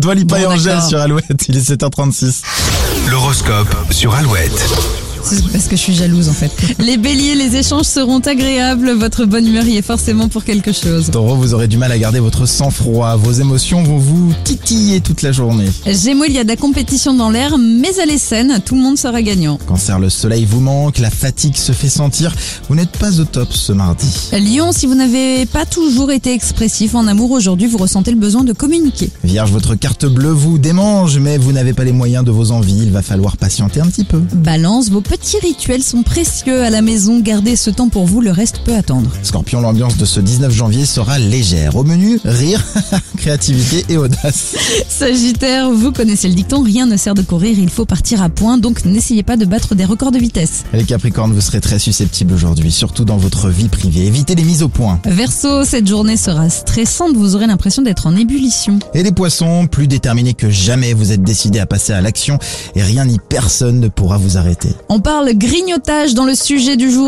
Dwalipa Bon, et Angèle d'accord. sur Alouette, il est 7h36. L'horoscope sur Alouette. C'est parce que je suis jalouse en fait. Les béliers, les échanges seront agréables, votre bonne humeur y est forcément pour quelque chose. Taureau, vous aurez du mal à garder votre sang-froid, vos émotions vont vous titiller toute la journée. Gémeaux, il y a de la compétition dans l'air, mais elle est saine, tout le monde sera gagnant. Cancer, le soleil vous manque, la fatigue se fait sentir, vous n'êtes pas au top ce mardi. Lion, si vous n'avez pas toujours été expressif en amour aujourd'hui, vous ressentez le besoin de communiquer. Vierge, votre carte bleue vous démange, mais vous n'avez pas les moyens de vos envies, il va falloir patienter un petit peu. Balance, vos petits rituels sont précieux à la maison, gardez ce temps pour vous, le reste peut attendre. Scorpion, l'ambiance de ce 19 janvier sera légère. Au menu, rire, créativité et audace. Sagittaire, vous connaissez le dicton, rien ne sert de courir, il faut partir à point, donc n'essayez pas de battre des records de vitesse. Les Capricornes, vous serez très susceptibles aujourd'hui, surtout dans votre vie privée. Évitez les mises au point. Verseau, cette journée sera stressante, vous aurez l'impression d'être en ébullition. Et les poissons, plus déterminés que jamais, vous êtes décidés à passer à l'action et rien ni personne ne pourra vous arrêter. On parle grignotage dans le sujet du jour.